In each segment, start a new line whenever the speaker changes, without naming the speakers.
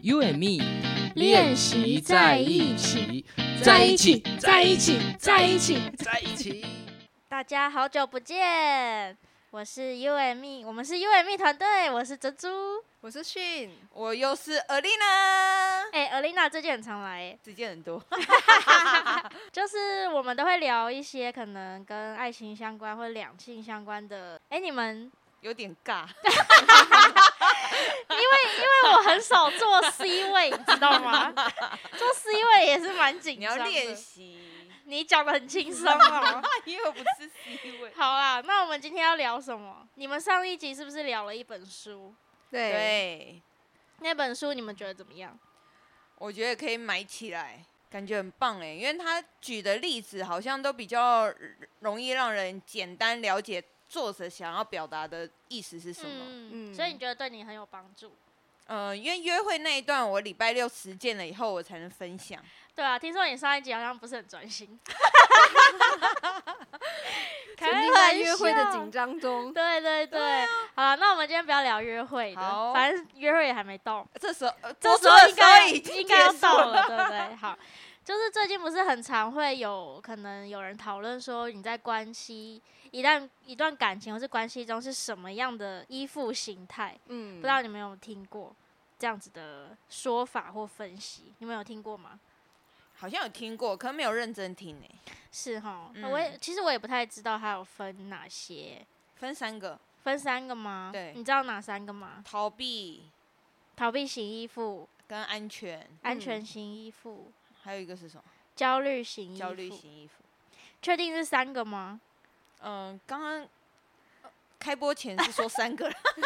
You and me
练习在一起，
在一起，在一起，在一起，在一起。
大家好久不见，我是 U M E，我们是 U M E 团队，我是珍珠。
我是迅，我又是 Alina，
哎、e l i n a 最近很常来耶，
时间很多，
就是我们都会聊一些可能跟爱情相关或两性相关的。哎、你们
有点 尬。
因为因为我很少做 C 位，你知道吗？ 做 C 位也是蛮紧
你
张
要
的。
练习，
你讲的很轻松哦。
因为我不是 C 位。
好啦，那我们今天要聊什么？你们上一集是不是聊了一本书？
对，
那本书你们觉得怎么样？
我觉得可以买起来，感觉很棒哎，因为他举的例子好像都比较容易让人简单了解作者想要表达的意思是什么。
嗯，
嗯
所以你觉得对你很有帮助？
嗯、因为约会那一段，我礼拜六实践了以后，我才能分享。
对啊，听说你上一集好像不是很专心。 开
沉
玩
浸在约会的
笑
紧张中，
对对对，好了，那我们今天不要聊约会的，
好
反正约会也还没到，
这时候，呃
这
播
时
出的
候应该
已经
应该要
结束
到了，对不对？好，就是最近不是很常会有可能有人讨论说你在关系一旦一段感情或是关系中是什么样的依附形态，
嗯，
不知道你们有没有听过这样子的说法或分析，你们有听过吗？
好像有听过，可没有认真听哎。
是哈，我
嗯
也其实我也不太知道它有分哪些，
分三个：
分三个吗？
对
你知道哪三个吗？
逃避
逃避型依附、
跟安全，
安全型依附、
还有一个是什么？
焦虑型依附。
焦虑，型衣服。
确定是三个吗？
嗯，刚刚呃开播前是说三个人，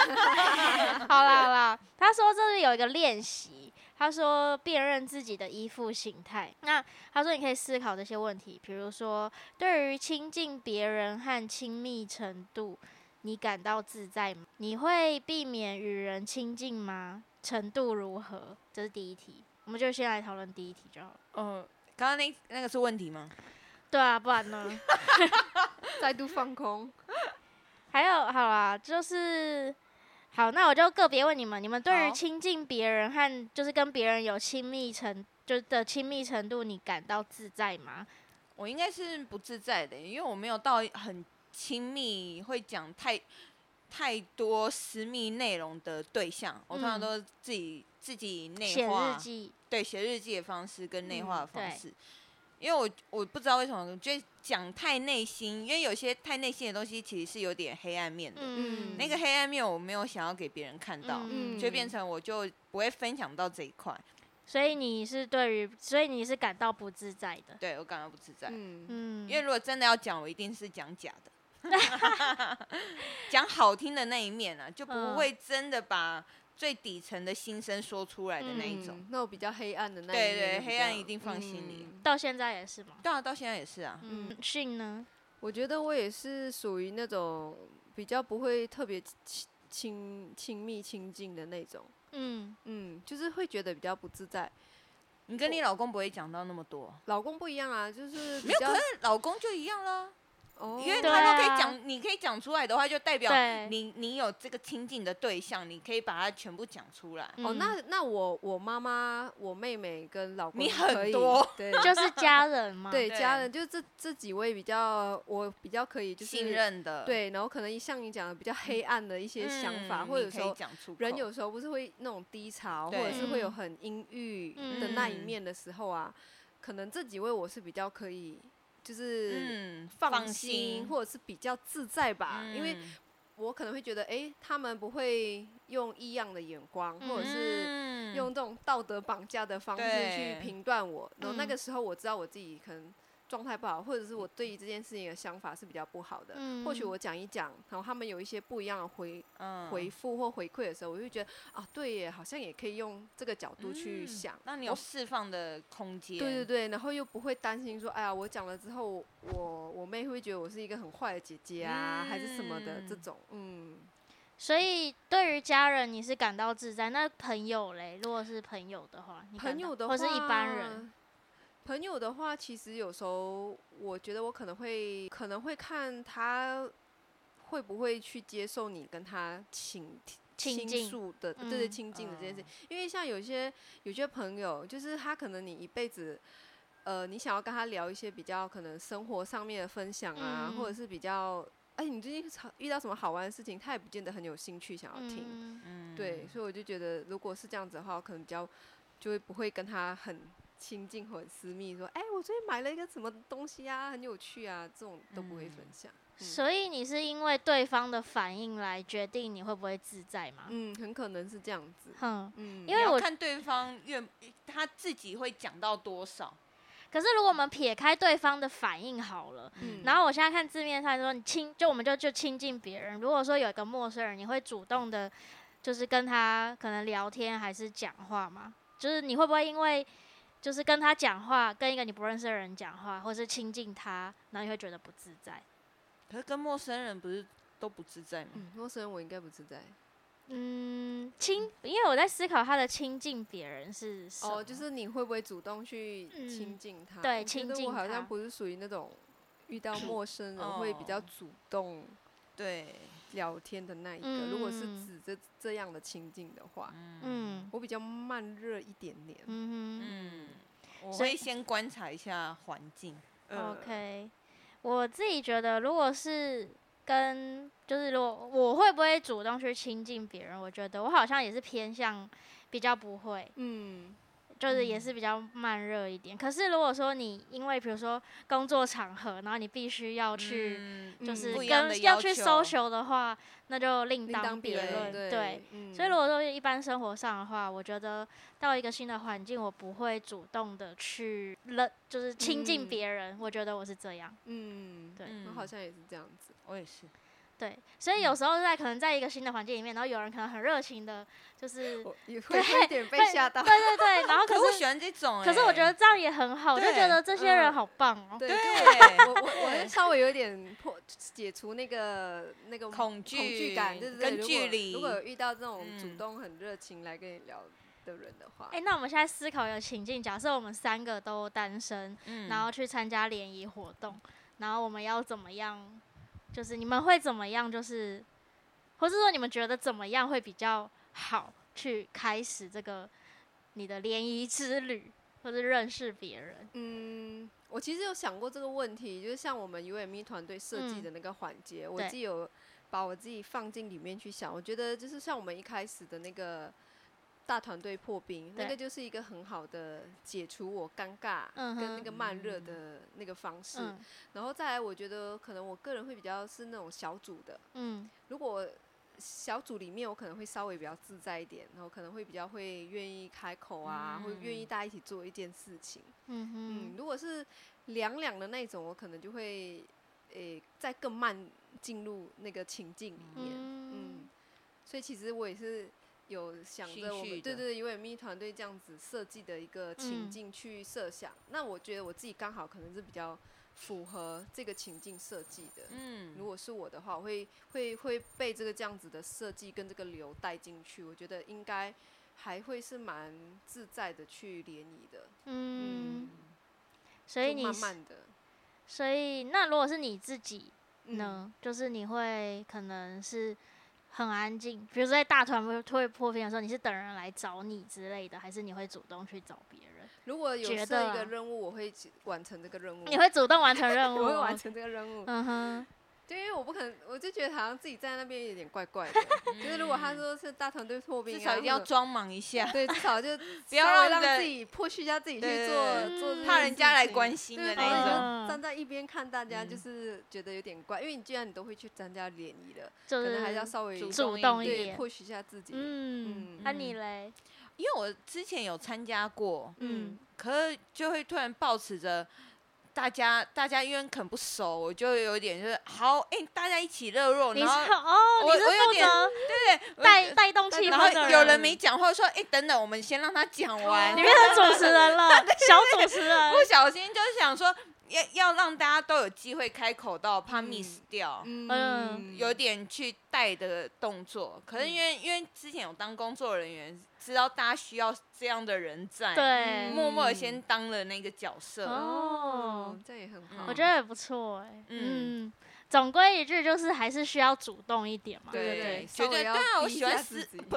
好啦好啦，他说这里有一个练习，他说辨认自己的依附形态。那他说你可以思考这些问题，比如说对于亲近别人和亲密程度，你感到自在吗？你会避免与人亲近吗？程度如何？这是第一题，我们就先来讨论第一题就好了。
嗯，刚刚那那个是问题吗？
对啊，不然呢？
再度放空，
还有，好啦，就是好，那我就个别问你们，你们对于
好
亲近别人和就是跟别人有亲密程，就是的亲密程度，你感到自在吗？
我应该是不自在的，因为我没有到很亲密，会讲太太多私密内容的对象。我通常
嗯
都是自己自己内
写日
化，
记，
对写日记的方式跟内化的方
对
式。因为我我不知道为什么，我觉得讲太内心，因为有些太内心的东西其实是有点黑暗面的。
嗯，
那个黑暗面我没有想要给别人看到，
嗯
就变成我就不会分享到这一块，
所以你是对于，所以你是感到不自在的，
对我感到不自在。
嗯，
嗯，
因为如果真的要讲，我一定是讲假的， 讲好听的那一面啊，就不
嗯
会真的把最底层的心声说出来的那一种。
嗯那我比较黑暗的那一
对
面
对
就比
黑暗
较
一定放心里
嗯
到现在也是吗？
对啊，到现在也是啊，
嗯，训呢？
我觉得我也是属于那种比较不会特别亲亲亲密亲近的那种，
嗯，
嗯，就是会觉得比较不自在。
你跟你老公不会讲到那么多，
老公不一样啊，就是比
没有，
较
可是老公就一样啦，
哦，
因为
对
他都可
啊
以讲，你可以讲出来的话，就代表
对，
你你有这个亲近的对象，你可以把它全部讲出来。
哦，
嗯
那那我我妈妈、我妹妹跟老公
你很
可以
多，
对
就是家人嘛，
对
对
家人，就这这几位比较我比较可以就是
信任的，
对，然后可能一像你讲的比较黑暗的一些
嗯
想法，
你
或者
可以
说
讲出口
人有时候不是会那种低潮，或
对
者是会有
嗯
很阴郁的那一
嗯
面的时候啊，可能这几位我是比较可以就是
嗯
放
心
心，或者是比较自在吧，因为
嗯
我可能会觉得，诶，他们不会用异样的眼光，或者是。
嗯
用这种道德绑架的方式
对
去评断我，然后那
嗯
个时候我知道我自己可能状态不好，或者是我对于这件事情的想法是比较不好的。
嗯
或许我讲一讲，然后他们有一些不一样的回
嗯
回复或回馈的时候，我就觉得啊，对耶，好像也可以用这个角度去
嗯
想。
那你
我
有释放的空间。
对对对，然后又不会担心说，哎呀，我讲了之后，我我妹会不会觉得我是一个很坏的姐姐啊，还是什么的这
嗯
种，嗯。
所以对于家人你是感到自在，那朋友嘞？如果是朋友的话，你感
朋
到
友的
或
话，
是一般人，。
朋友的话，其实有时候我觉得我可能会可能会看他会不会去接受你跟他请
亲
倾
近
诉的，对
嗯
对，亲近的这件事。因为像有些有些朋友，就是他可能你一辈子，呃，你想要跟他聊一些比较可能生活上面的分享啊，
嗯
或者是比较，哎，你最近吵遇到什么好玩的事情，他也不见得很有兴趣想要听。
嗯，
嗯，
对，所以我就觉得，如果是这样子的话，我可能比较就会不会跟他很亲近、很私密，说，哎、我最近买了一个什么东西啊，很有趣啊，这种都不会
嗯
分享。
所以你是因为对方的反应来决定你会不会自在吗？
嗯，很可能是这样子。
哼，
嗯，
啊因
你
为
要
我
看对方愿他自己会讲到多少，
可是如果我们撇开对方的反应好了，
嗯
然后我现在看字面上说你亲，就我们就就亲近别人。如果说有一个陌生人，你会主动的，就是跟他可能聊天还是讲话吗？就是你会不会因为就是跟他讲话，跟一个你不认识的人讲话，或是亲近他，然后你会觉得不自在？
可是跟陌生人不是都不自在吗？
嗯，陌生人我应该不自在。
嗯，亲，因为我在思考他的亲近别人是什么
哦，就是你会不会主动去
嗯
亲近他？
对
我觉
亲
得
近
我好
他
像不是属于 那种遇到陌生人会比较
哦
主动
对，
聊天的那一个。如果是
嗯
指这这样的亲近的话，
嗯
我比较慢热一点点。
嗯哼
嗯，我
所以
会先观察一下环境，
呃
OK，我自己觉得，如果是跟就是如果我会不会主动去亲近别人，我觉得我好像也是偏向比较不会，
嗯，
就是也是比较慢热一点。可是如果说你因为比如说工作场合，然后你必须要去。
嗯
就
嗯
是
不一样的
跟要
要
去
求
social 的话，那就另
另当
别
别
论。
论，
对，
对，嗯
所以如果说一般生活上的话，我觉得到一个新的环境，我不会主动的去了，就是亲近
嗯
别人。我觉得我是这样。
嗯，
对
我好像也是这样子，
嗯我也是，
对，所以有时候在可能在一个新的环境里面，然后有人可能很热情的，就是
我也会有一点被
嗯会
吓到。
对对对，然后 可
可是我
是
喜欢这种、
可是我觉得这样也很好，我就觉
对
得这些人
嗯
好棒哦。
对，
对
就我我我我会稍微有一点破解除那个那个
恐
惧
惧
恐感，对对对，
跟
如
距
果
离
如果有遇到这种主
嗯
动很热情来跟你聊的人的话，
哎，那我们现在思考一个情境，假设我们三个都单身，
嗯
然后去参加联谊活动，然后我们要怎么样？就是你们会怎么样？就是，或是说你们觉得怎么样会比较好去开始这个你的联谊之旅，或是认识别人？
嗯，我其实有想过这个问题，就是像我们 UME 团队设计的那个环节，我
嗯对
自己有把我自己放进里面去想。我觉得就是像我们一开始的那个大团队破冰，那
对
个就是一个很好的解除我尴尬
嗯
跟那
哼
个慢热的那个方式。
嗯
然后再来，我觉得可能我个人会比较是那种小组的，
嗯
如果小组里面，我可能会稍微比较自在一点，然后可能会比较会愿意开口啊，会愿意大家一起做一件事情。
嗯哼
嗯，如果是两两的那种，我可能就会诶、再更慢进入那个情境里面。嗯
嗯
所以其实我也是有想
心
着我们
绪
对
的
对因为 Me 团队这样子设计的一个情
嗯
境去设想。那我觉得我自己刚好可能是比较符合这个情境设计的。如
嗯，
果是我的话，我会会会被这个这样子的设计跟这个流带进去，我觉得应该还会是蛮自在的去联谊的，
嗯，所
所
以你
慢
是
慢的，
所以那如果是你自己
嗯
呢，就是你会可能是很安静，比如说在大团会破冰的时候，你是等人来找你之类的，还是你会主动去找别人？
如果
觉
有
得
设一
啊
个任务，我会去完成这个任务。
你会主动完成任务？
我会完。成这个任务，
嗯哼，
对，因为我不可能，我就觉得好像自己在那边有点怪怪的。 就是如果他说是大团队破冰、啊，
嗯至少一定要
或者，
装忙一 下，
对，至少就
不要
稍微
让
让
人
自己 push 一下自己去做
对
对
做这
对
件
怕人家来
事情
关心
对
的
对
那一
对
种。
种
站在一边看大家，
嗯
就是觉得有点怪，因为你既然你都会去参加联谊了，
就
可能
是
还是要稍微
主
主
动
动
一
一
对
点。
push 一下自己。
嗯，
嗯
那、你嘞？
因为我之前有参加过，
嗯
嗯，
可是就会突然抱持着大家，大家因为可能不熟，我就有点就是好，哎、大家一起热络，
你
然
是
后
哦，你
我
是
我有
负
点
责
对对，我
带带动气
然
氛的
后有人没讲话，说哎、等等，我们先让他讲完
哦你。变成主持人了，小主持人。
不小心就想说要要让大家都有机会开口到，怕
嗯
miss 掉。
嗯
有点去带的动作，可
嗯
是因为、因为之前有当工作人员，知道大家需要这样的人在，
对，
默默的
嗯
先当了那个角色。
哦
哦，这样也很
嗯
好。
我觉得也不错哎、
嗯
嗯，总归一句就是还是需要主动一点嘛。
对对对
稍
绝对
微要
对啊我
逼一
喜欢
下
死
自己
不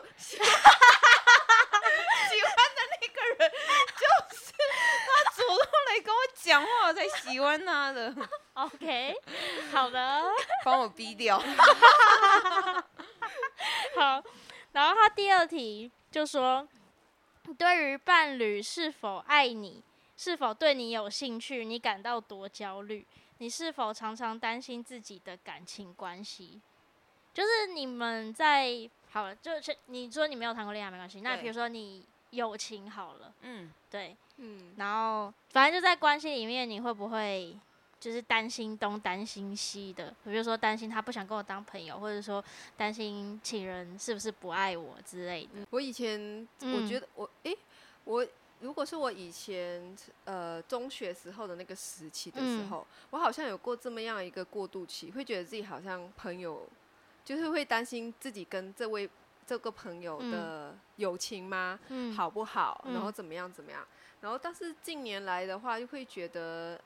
主动来跟我讲话，我才喜欢他的，
OK，好 的，
帮我逼 掉。
好。然后他第二题就说，对于伴侣是否爱你，是否对你有兴趣，你感到多焦虑？你是否常常担心自己的感情关系？就是你们在好了，就是你说你没有谈过恋爱没关系，那
对
比如说你友情好了，
嗯，
对，
嗯，
然后反正就在关系里面，你会不会就是担心东担心西的？比如说担心他不想跟我当朋友，或者说担心情人是不是不爱我之类的。
我以前我觉得我诶、我如果是我以前呃中学时候的那个时期的时
嗯
候，我好像有过这么样一个过渡期，会觉得自己好像朋友，就是会担心自己跟这位这个朋友
嗯
的友情吗？
嗯，，
好不好？然后
嗯
怎么样怎么样？然后但是近年来的话，就会觉得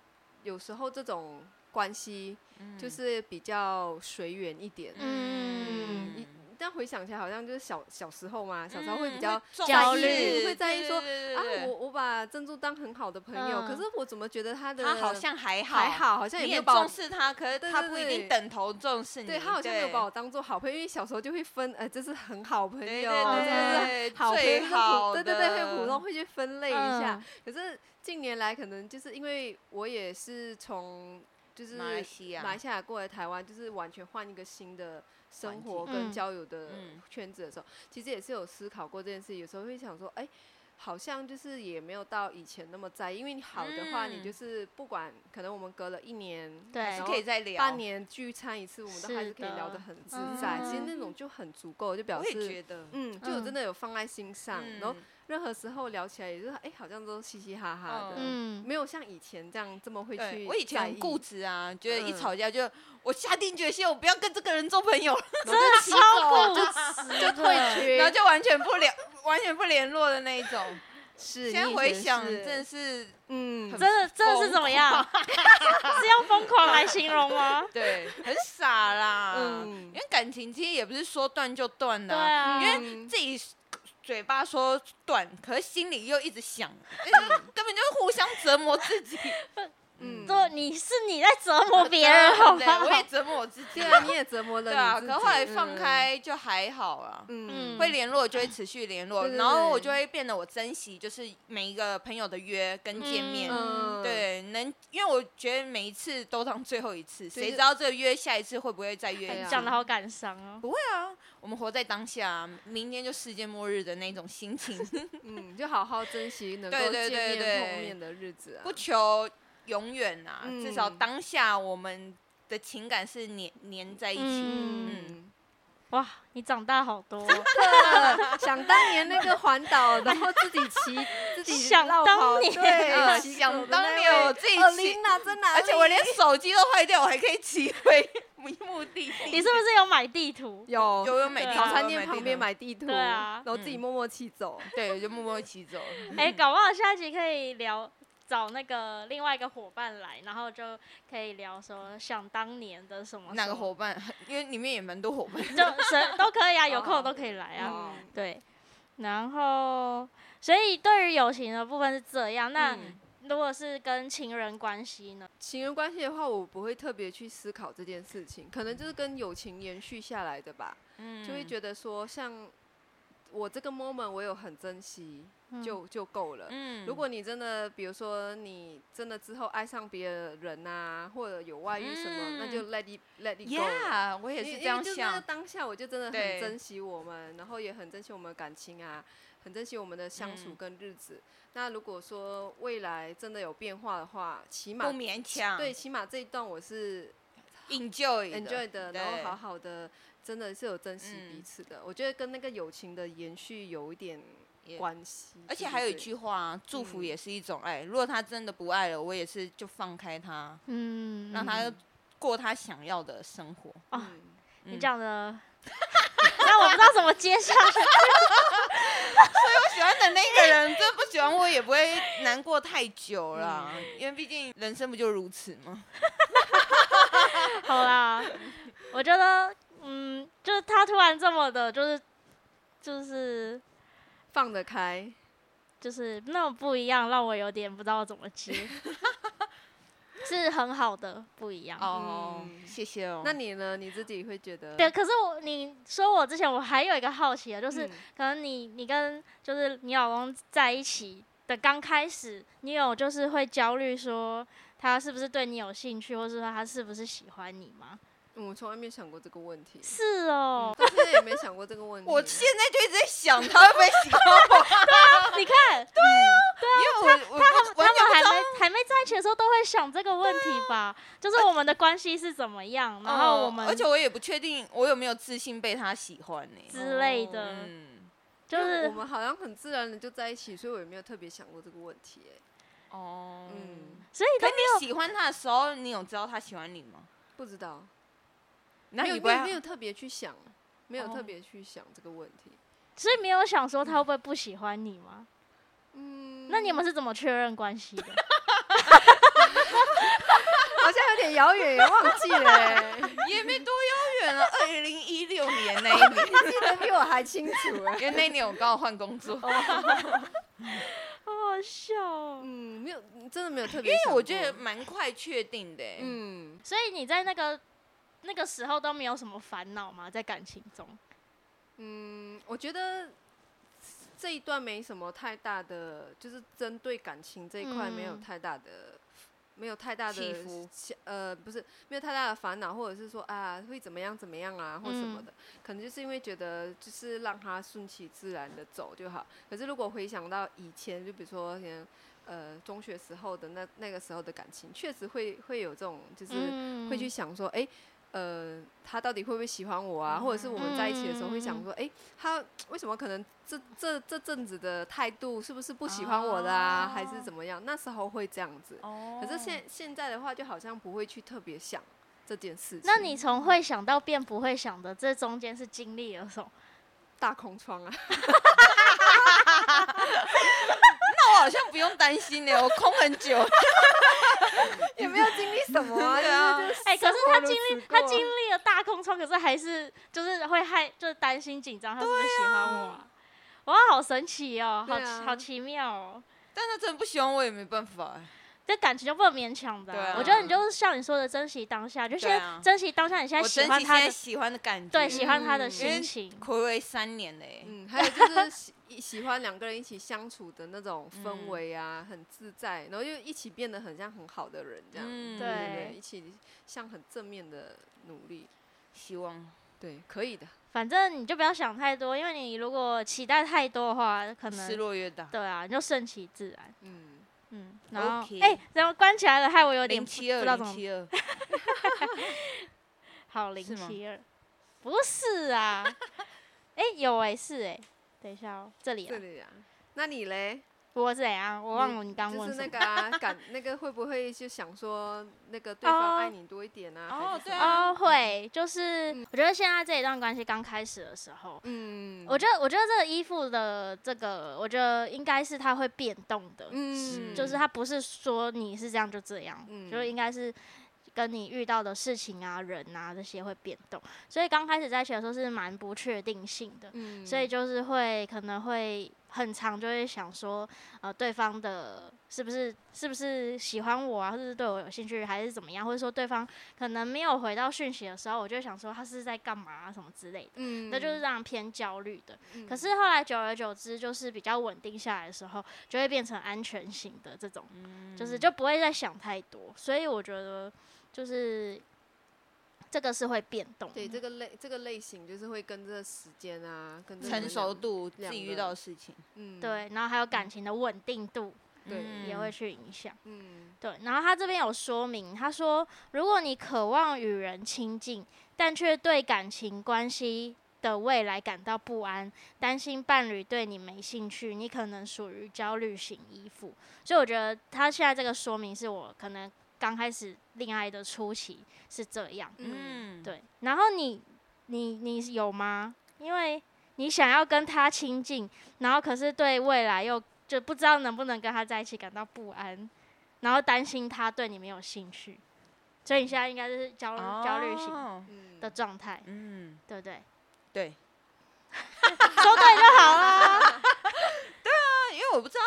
有时候这种关系
嗯
就是比较随缘一点。
嗯，
一但回想起来，好像就是小小时候嘛，小时候会比较
重
焦
视
虑
会在意说
嗯对对对
啊
对，对
我我把珍珠当很好的朋友，可
嗯
是我怎么觉得他的
他好像还好，
还好，好像也
你
没有
也
把我
重视他，可是
对
他
对
不一
对
定等同重视你。
对他好像没有
对
把我当做好朋友，因为小时候就会分，呃，这是很好朋
对
友，
对
这是
对
好朋
最
友，
好
对对对，
的嗯
会普通会去分类一下。可是近年来，可能就是因为我也是从就是
马来西亚，
马来西亚过来台湾，就是完全换一个新的
环
生活
境
跟
嗯
交友的
嗯
圈子的时候，其实也是有思考过这件事。有时候会想说，哎、好像就是也没有到以前那么在意，因为你好的话，你
嗯
就是不管可能我们隔了一年，
对哦
然
是
后
可以再聊。
半年聚餐一次，我们都还
是
是可以聊
的
得很自在。其实
嗯
那种就很足够，就表
我也
示。
觉得，
嗯，就
嗯
真的有放在心上，然后任何时候聊起来也就是，哎、好像都嘻嘻哈哈的，
嗯，
没有像以前这样这么会
对
去。
我以前很固，执啊，觉得一
嗯
吵架就我下定决心，我不要跟这个人做朋友了，
真的
超固执
就退
的，
群，
然后就完全不联，完全不联络的那一种。
是
现在回想，真的
这
是
嗯
很
真的真的是怎么样？ 是用疯狂来形容吗？
对，很傻啦。
嗯
因为感情其实也不是说断就断
对
的、啊，
啊，
因为
嗯
自己嘴巴说断，可是心里又一直想，就是根本就是互相折磨自己。
嗯，
做你是你在折磨别人，好
对啊
吗？
我也折磨我自己
对。啊，你也折磨了
对
你
啊，
自
可
己
后来放，开就还好啊。
嗯
嗯
会联络就会持续联络，
对对
然后我
对
就会变得我珍惜，就是每一个朋友的约跟见面，
嗯，
对，能，因为我觉得每一次都当最后一次，
对
谁
就
知道这个约下一次会不会再约
哎
一
呀
次？
讲的好感伤哦。
不会啊，我们活在当下，啊明天就世界末日的那种心情，
嗯，就好好珍惜能够
对对
见
对
面碰
对
面的日子啊
不，求永远啊，
嗯
至少当下我们的情感是黏黏在一起。
嗯，
哇，你长大好多哦，
想当年那个环岛，然后自己骑，自己
想
绕
当
跑
年
啊
对，骑
想
走的
当
那
年
位哦
我自己
尔
骑
琳娜在哪
而
里？
且我连手机都坏掉，我还可以骑回目的地。
你是不是有买地图？
有
有有每
对
天
早
啊
餐店旁边，买地图，
对啊
然后自己
嗯
默默骑走，
对， 我就默默骑走。
哎、搞不好下一集可以聊找那个另外一个伙伴来，然后就可以聊说想当年的什么
哪个
什么
伙伴？因为里面也蛮多伙伴。
就谁都可以 啊，有空
哦
都可以来啊。
哦
嗯
对，然后所以对于友情的部分是这样，那
嗯
如果是跟情人关系呢？
情人关系的话，我不会特别去思考这件事情，可能就是跟友情延续下来的吧，
嗯
就会觉得说，像我这个 moment 我有很珍惜，
嗯
就就够了。
嗯
如果你真的，比如说你真的之后爱上别的人啊，或者有外遇什么，那就 let it let it go 了。
嗯 Yeah，我也
因
是
为
这样
因为就是那个
想。
当下，我就真的很
对
珍惜我们，然后也很珍惜我们的感情啊，很珍惜我们的相处
嗯
跟日子。那如果说未来真的有变化的话，起
不
码
勉强，
对，起码这一段我是
，enjoy 的
enjoy 的，然
对
后好好的，真的是有珍惜彼
嗯
此的。我觉得跟那个友情的延续有一点
也
关系。
而且
对
还有一
对
句话、啊，祝福
嗯
也是一种爱。如果他真的不爱了，我也是就放开他，
嗯，
让他过他想要的生活。
哦
嗯
你
嗯
讲的， 那我不知道怎么接下去。
不喜欢的那个人，真不喜欢我也不会难过太久啦，因为毕竟人生不就如此吗？
好啦，我觉得，嗯，就是他突然这么的，就是就是
放得开，
就是那么不一样，让我有点不知道怎么接， 是很好的不一样。
哦，
嗯
谢谢哦。
那你呢？你自己会觉得
对，可是我你说我之前，我还有一个好奇啊，就是
嗯
可能你你跟就是你老公在一起的刚开始，你有就是会焦虑说他是不是对你有兴趣，或是说他是不是喜欢你吗？
我从来没有想过这个问题，嗯
是哦，
到现在也没想过这个问 题。
我现在就一直在想他会不会喜欢我，
你看
因为我我不嗯 完
他们
全不
还
知道啊
没还没在一起的时候都会想这个问题吧？就是我们的关系是怎么样，然后我
哦
们
而且我也不确定我有没有自信被他喜欢呢、
之类的，
嗯，
就
欸因为
是
我们好像很自然的就在一起，所以我也没有特别想过这个问题、哎
哦，嗯
嗯。
所以都
可是
没
你
有
喜欢他的时候，你有知道他喜欢你吗？
不知道，
那
没
你
有
不
没有没
会
有特别去想，没有
哦
特别去想这个问题。
所以没有想说他会不会不喜欢你吗？
嗯，
那你们是怎么确认关系的？
好像有点遥远，也忘记了、哎
也没多遥远了，啊二零一六年那一 年，
记得比我还清楚、哎
因为那一年我刚好换工作，
好好笑哦。
嗯，没有，真的没有特
因
别。
为我觉得，蛮快确定的、嗯，
嗯，
所以你在那个那个时候都没有什么烦恼吗？在感情中？
嗯，我觉得这一段没什么太大的，就是针对感情这一块没有
嗯
太大的，没有太大
起
的
伏
想呃，不是没有太大的烦恼，或者是说啊会怎么样怎么样啊，或什么
嗯
的，可能就是因为觉得就是让它顺其自然的走就好。可是如果回想到以前，就比如说像呃中学时候的那那个时候的感情，确实会会有这种就是。
嗯
会去想说，哎、呃，他到底会不会喜欢我啊？或者是我们在一起的时候会想
嗯
说，哎、他为什么可能这这这阵子的态度是不是不喜欢我啦、啊，还是
哦
怎么样？那时候会这样子，
哦
可是现现在的话，就好像不会去特别想这件事情。
那你从会想到变不会想的，这中间是经历了什么？
大空窗啊？
那我好像不用担心呢、
欸
我空很久，
也没有经历什么 啊？
对啊
就是
哎、可是他经
生活如
历
此过
他经历了大空窗，可是还是就是会害，就是担心紧张，他是不是喜欢我、啊？哇，好神奇哦，好
对啊
奇好奇妙哦，
但他真的不喜欢我也没办法、欸。
这感情就不能勉强的啊、
对啊
我觉得你就是像你说的，珍惜当下，就
对
先
啊
珍惜当下，你现
我
在
珍
喜
惜
欢
现
他
在
的，
喜欢的感觉，
对，喜欢他的
嗯
心情，
暌违三年嘞、欸，
嗯，还有就是喜喜欢两个人一起相处的那种氛围啊，很自在，然后又一起变得很像很好的人这样，
嗯
对对
对
对，一起向很正面的努力，
希望
对，可以的。
反正你就不要想太多，因为你如果期待太多的话，可
失
能
落越大。
对啊，你就顺其自然。
嗯，
嗯，然后
OK
哎，然后关起来了，害我有点
零
不不
七二
知道怎
零
么
七二，
好零
是吗
七二，不是啊，哎、有哎、是哎、等一下哦，这里
这
啊，
里啊，那你嘞？
我怎样？我忘了你刚
就
问
是
什
那
么。
个啊， 感那个会不会就想说那个对方爱你多一点啊？
哦
还是什
对啊
么
嗯
哦，会，就是我觉得现在这一段关系刚开始的时候，
嗯，
我觉得，我觉得这个衣服的这个，我觉得应该是它会变动的，
嗯，
就是它不是说你是这样就这样，
嗯
就是应该是跟你遇到的事情啊、人啊这些会变动，所以刚开始在一起的时候是蛮不确定性的，
嗯，
所以就是会可能会很长，就会想说，呃，对方的是不是是不是喜欢我啊，或者是对我有兴趣，还是怎么样，或者说对方可能没有回到讯息的时候，我就会想说他是在干嘛、啊、什么之类的，
嗯，
那就是让人偏焦虑的。
嗯，
可是后来久而久之，就是比较稳定下来的时候，就会变成安全型的这种，
嗯
嗯
就是就不会再想太多。所以我觉得就是这个是会变动的，
对这个类这个类型，就是会跟着时间啊，跟着
成熟
度，
度，自
两
己
个
遇到的事情，
嗯，
对，然后还有感情的稳定度
对
也会，去影响。
嗯，
对，然后他这边有说明，他说如果你渴望与人亲近，但却对感情关系的未来感到不安，担心伴侣对你没兴趣，你可能属于焦虑型依附。所以我觉得他现在这个说明是我可能刚开始恋爱的初期是这样。
嗯，
嗯，
对，然后你你你有吗？因为你想要跟他亲近，然后可是对未来又就不知道能不能跟他在一起感到不安，然后担心他对你没有兴趣。所以你现在应该就是焦焦虑型
哦
嗯
的状态，
嗯，
对不对？
对，啊
说对就好啦。
因为我不知道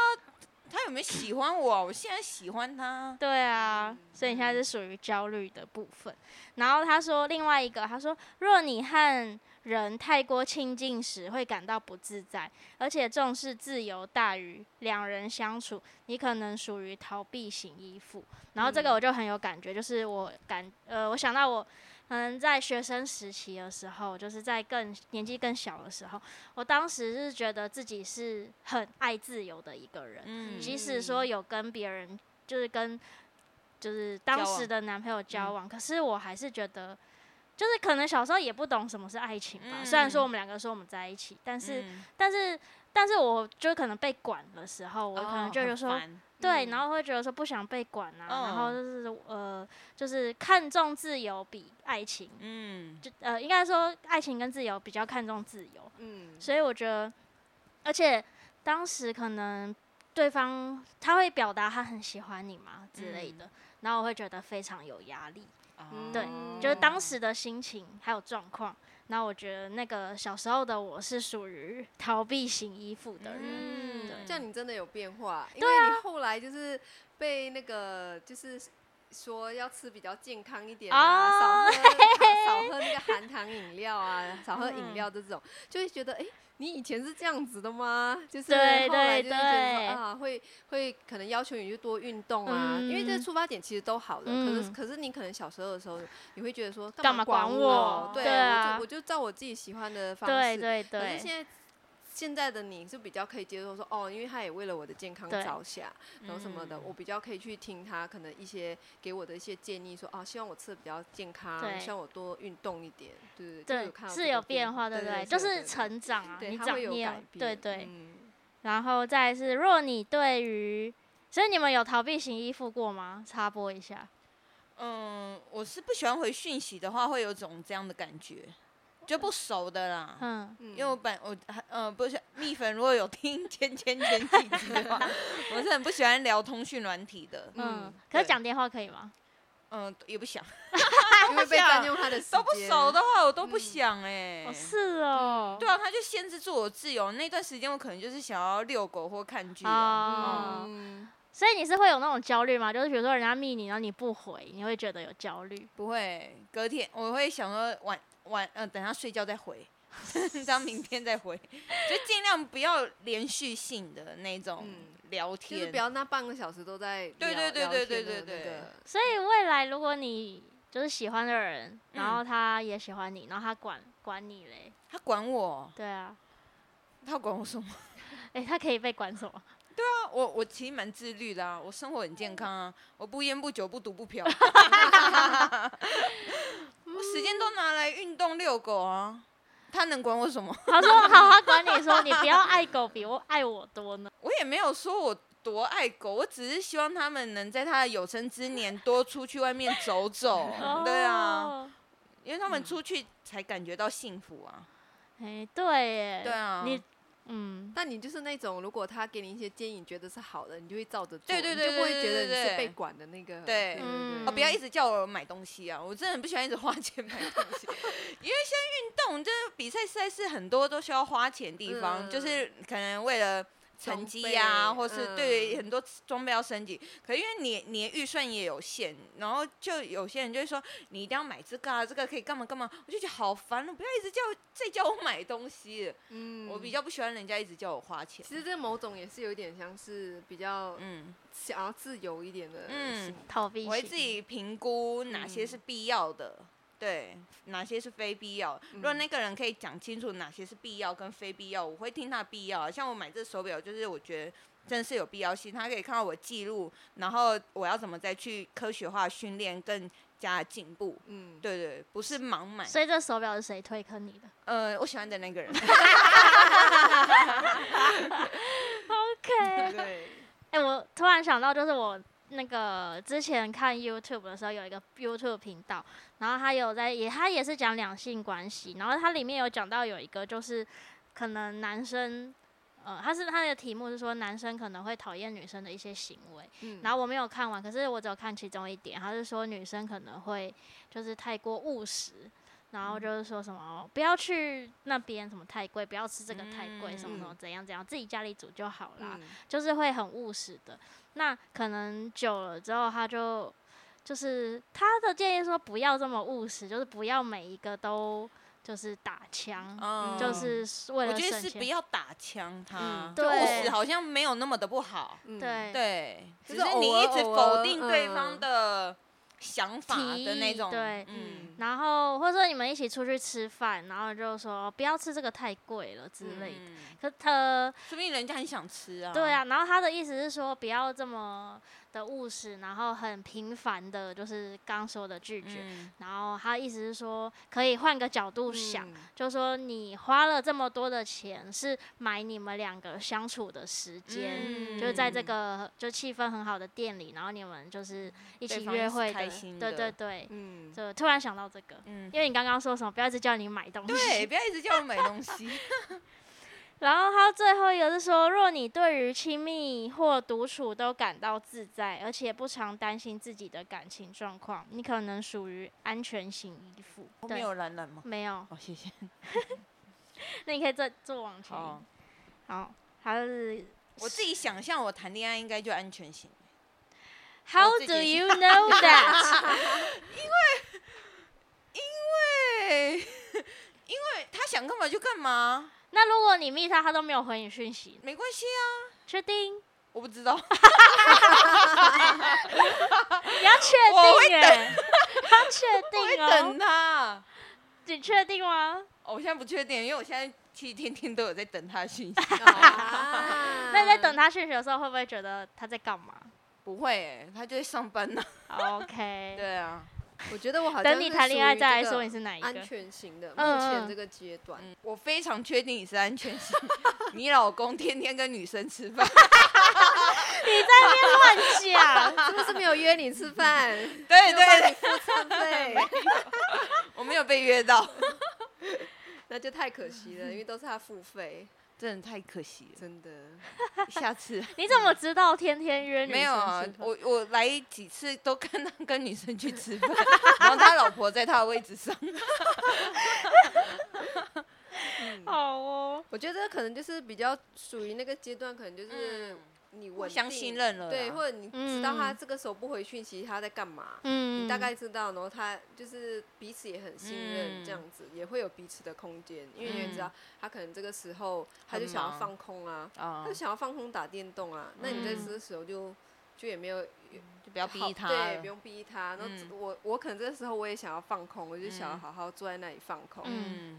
他有没有喜欢我啊，我现在喜欢他。
对啊，所以你现在是属于焦虑的部分。然后他说另外一个，他说若你和人太过亲近时，会感到不自在，而且重视自由大于两人相处，你可能属于逃避型依附。然后这个我就很有感觉，就是我感呃，我想到我可能在学生时期的时候，就是在更年纪更小的时候，我当时是觉得自己是很爱自由的一个人。
嗯，
即使说有跟别人，就是跟就是当
交往嗯
时的男朋友交往，可是我还是觉得，就是可能小时候也不懂什么是爱情吧。虽然说我们两个说我们在一起，但是、
嗯
但是但是我就可能被管的时候，我可能
哦
就
很
有说、
烦
对，
嗯
然后会觉得说不想被管啊，然后
哦
就是呃就是看重自由比爱情，
嗯，
就呃应该说爱情跟自由比较看重自由。
嗯，
所以我觉得，而且当时可能对方他会表达他很喜欢你嘛之类
嗯
的，然后我会觉得非常有压力，
哦
嗯对就是当时的心情还有状况。然后我觉得那个小时候的我是属于 逃避型依附的人，
嗯
对
这样你真的有变化，因为
啊
你后来就是被那个就是说要吃比较健康一点啊，
哦
少喝少喝那个含糖饮料啊，少喝饮
嗯
料这种，就会觉得哎、诶你以前是这样子的吗？就是后
对
来
对
就是觉得
对
说啊，会会可能要求你去多运动啊，因为这
嗯
出发点其实都好的，可是
嗯
可是你可能小时候的时候，你会觉得说
干
嘛
嘛
管
管我
对，
对啊
我就我就照我自己喜欢的方
对
式
对
可是
对，
现在现在的你是比较可以接受说，哦，因为他也为了我的健康
对
着想，然后什么的，
嗯
我比较可以去听他可能一些给我的一些建议说，啊，希望我吃的比较健康，
对
希望我多运动一点，对对对，就
对
有看到
是
这
有
个
变化，对
对
不
对，
就
对
是，成长啊，
对对
你
对它
长
会有
你有
改变，
对对，
嗯
然后再来是若你对于，所以你们有逃避型依附过吗？插播一下，
嗯，我是不喜欢回讯息的话，会有种这样的感觉，就不熟的啦。
嗯，
嗯
因为我本我呃不是蜜粉，如果有听前前前几集的话，我是很不喜欢聊通讯软体的，
嗯
嗯，
可是
对
讲电话可以吗？
嗯，也不想，
因为被占用他的时间，
都不熟的话我都不想哎、
嗯哦，是哦，
对啊，他就限制住我自由。那段时间我可能就是想要遛狗或看剧啊。
哦，
嗯，
所以你是会有那种焦虑吗？就是比如说人家密你，然后你不回，你会觉得有焦虑？
不会，隔天我会想说晚晚呃，等他睡觉再回， 到明天再回，就尽量不要连续性的那种
嗯
聊
就
天。
是不要那半个小时都在
对
聊
对对
聊
对
天
对
的
对
那
对
个
所以未来如果你就是喜欢的人，然
嗯
后他也喜欢你，然后他管管你嘞，
他管我，
对啊，
他管我什么？
诶，他可以被管什么？
啊我我其实蛮自律的啊，我生活很健康啊，我不烟不酒不赌不嫖， 我时间都拿来运动遛狗啊，他能管我什么？
他说好，他管你说你不要爱狗比我爱我多呢。。
我也没有说我多爱狗，我只是希望他们能在他的有生之年多出去外面走走 对啊，
哦，
因为他们出去才感觉到幸福啊。
诶，对耶，
对啊，
你嗯，
但你就是那种，如果他给你一些建议，你觉得是好的，你就会照着做，
对对对
你就不会
对
觉得
对
你是
对
被管的那个。
对
对
嗯
哦，
对
不要一直叫我买东西啊！我真的很不喜欢一直花钱买东西，因为现在运动就是比赛赛事很多都需要花钱的地方，
嗯
就是可能为了成绩呀、
装备
或是
嗯
对很多装备要升级。可因为你你的预算也有限，然后就有些人就会说你一定要买这个啊，这个可以干嘛干嘛，我就觉得好烦哦了，不要一直叫我再叫我买东西了、
嗯
我比较不喜欢人家一直叫我花钱。
其实这某种也是有点像是比较
嗯，
想要自由一点的
嗯
心
逃避
我会
型
自己评估哪些
嗯
是必要的，对，哪些是非必要。如果
嗯
那个人可以讲清楚哪些是必要跟非必要，我会听他的必要啊。像我买这手表，就是我觉得真的是有必要性，他可以看到我记录，然后我要怎么再去科学化训练，更加进步。
嗯，
对对，不是盲买。
所以这手表是谁推坑你 的
呃，我喜欢的那个人。
？OK，
对，
哎、我突然想到，就是我那个之前看 YouTube 的时候，有一个 YouTube 频道，然后他有在也他也是讲两性关系，然后它里面有讲到有一个就是可能男生。呃，他是他的题目是说男生可能会讨厌女生的一些行为，
嗯，
然后我没有看完，可是我只有看其中一点，他是说女生可能会就是太过务实，然
嗯
后就是说什么不要去那边什么太贵，不要吃这个太贵，什么什
嗯
么怎样怎样，自己家里煮就好啦，
嗯
就是会很务实的。那可能久了之后，他就就是他的建议说不要这么务实，就是不要每一个都就是打枪，
嗯，
就是为
我
了省
觉得是不
钱。
要打枪他
嗯，
就务
对
实好像没有那么的不好，
嗯，
对
对，
就
只
是
是你
偶尔
一直
偶
否
尔
定对
嗯
方的想法
提
的那
议
种，
对
嗯，
然后或者说你们一起出去吃饭，然后就说不要吃这个太贵了之类的。
嗯
可他
说不定人家很想吃啊。
对，啊，然后他的意思是说不要这么的务实，然后很频繁的，就是刚说的拒绝。
嗯，
然后他意思是说可以换个角度想，
嗯
就说你花了这么多的钱是买你们两个相处的时间。
嗯
就是在这个就气氛很好的店里，然后你们就是一
嗯对
起
方也
约
是
会
开
的
心
对对
的
对，
嗯，
就 突然想到这个，
嗯，
因为你刚刚说什么不要一直叫你买东西，
对，不要一直叫我买东西。
然后他最后一个是说，若你对于亲密或独处都感到自在，而且不常担心自己的感情状况，你可能属于安全型依附。
后面
对，
哦有懒懒吗？
没有，
好，谢谢。
那你可以再做往前。
好，
好，他是
我自己想象我谈恋爱应该就安全型，
How
哦自己
do
也是
you know that？
对，因为他想干嘛就干嘛，
那如果你密他，他都没有回你讯息，
没关系啊，
确定？
我不知道，
你要确
我会
定耶，要 确定哦
等，他。
你确定吗？
哦我现在不确定，因为我现在其实天天都有在等他的讯息。
啊
那你在等他讯息的时候，会不会觉得他在干嘛
不会欸，他就在上班 呢。
？OK，
对啊，
我觉得我好像
等你
是
谈恋爱
属于
再来
这
说
个
你是哪一
安
个。
全型的，目
嗯嗯
前这个阶段，
嗯，我非常确定你是安全 型，你老公天天跟女生吃饭，
乱讲，
是不是没有约你 吃饭？
对
没有帮
对
你付餐费，
我没有被约到，
那就太可惜了，因为都是他付费，
真的太可惜
真的。
了。 下次
你怎么知道天天约女生
没有啊
吃，饭
我我来几次都看他跟女生去吃 饭，然后他老婆在他的位置上。
嗯，
好哦，
我觉得可能就是比较属于那个阶段，可能就是
嗯，
你
互
稳
相
定
信，任了啦。
对，或者你知道他
嗯
这个时候不回讯息，他在干嘛。
嗯
你大概知道，然后他就是彼此也很信任，
嗯
这样子、也会有彼此的空间，因为你也知道他可能这个时候他就
很
想要
忙
放空啊，
啊
他就，想要放空打电动啊，那你在
嗯
这个时候就就也没有
就不要逼
好
他
对，
了
不。用逼他。那
嗯
我我可能这个时候我也想要放空，我就想要
嗯
好好坐在那里放空。
嗯，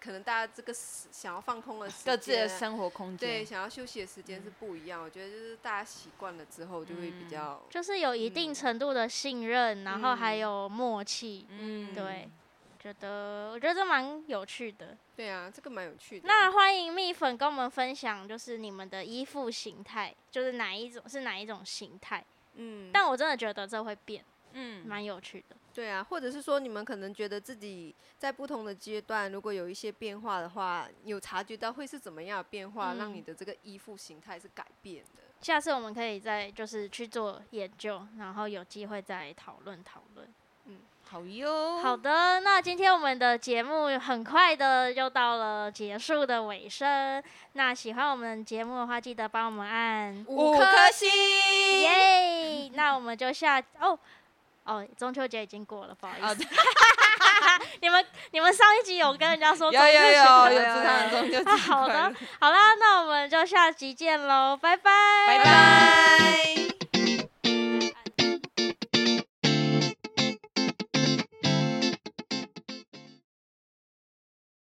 可能大家这个时想要放空的时间
各自的生活空
对
间。
想要休息的时间是不一样。我觉得就是大家习惯了之后就会比
嗯
较
就是有一定程度的信任，然后还有默契，
嗯
对，觉得我觉得这蛮有趣的。
对啊，这个蛮有趣的。
那欢迎蜜粉跟我们分享，就是你们的依附形态，就是哪一种是哪一种形态？
嗯，
但我真的觉得这会变，
嗯，
蛮有趣的。
对啊，或者是说你们可能觉得自己在不同的阶段，如果有一些变化的话，有察觉到会是怎么样的变化，让
嗯
你的这个依附形态是改变的。
下次我们可以再就是去做研究，然后有机会再讨论讨论。
好哟。
好的，那今天我们的节目很快的又到了结束的尾声。那喜欢我们节目的话，记得帮我们按
五颗星。
耶。那我们就下哦哦，中秋节已经过了，不好意
啊
思。你们你们上一集有跟人家说
有
中秋节快
有有
乐
有，知道中秋节
好
快乐
的，好啦，那我们就下集见喽，拜拜，
拜拜。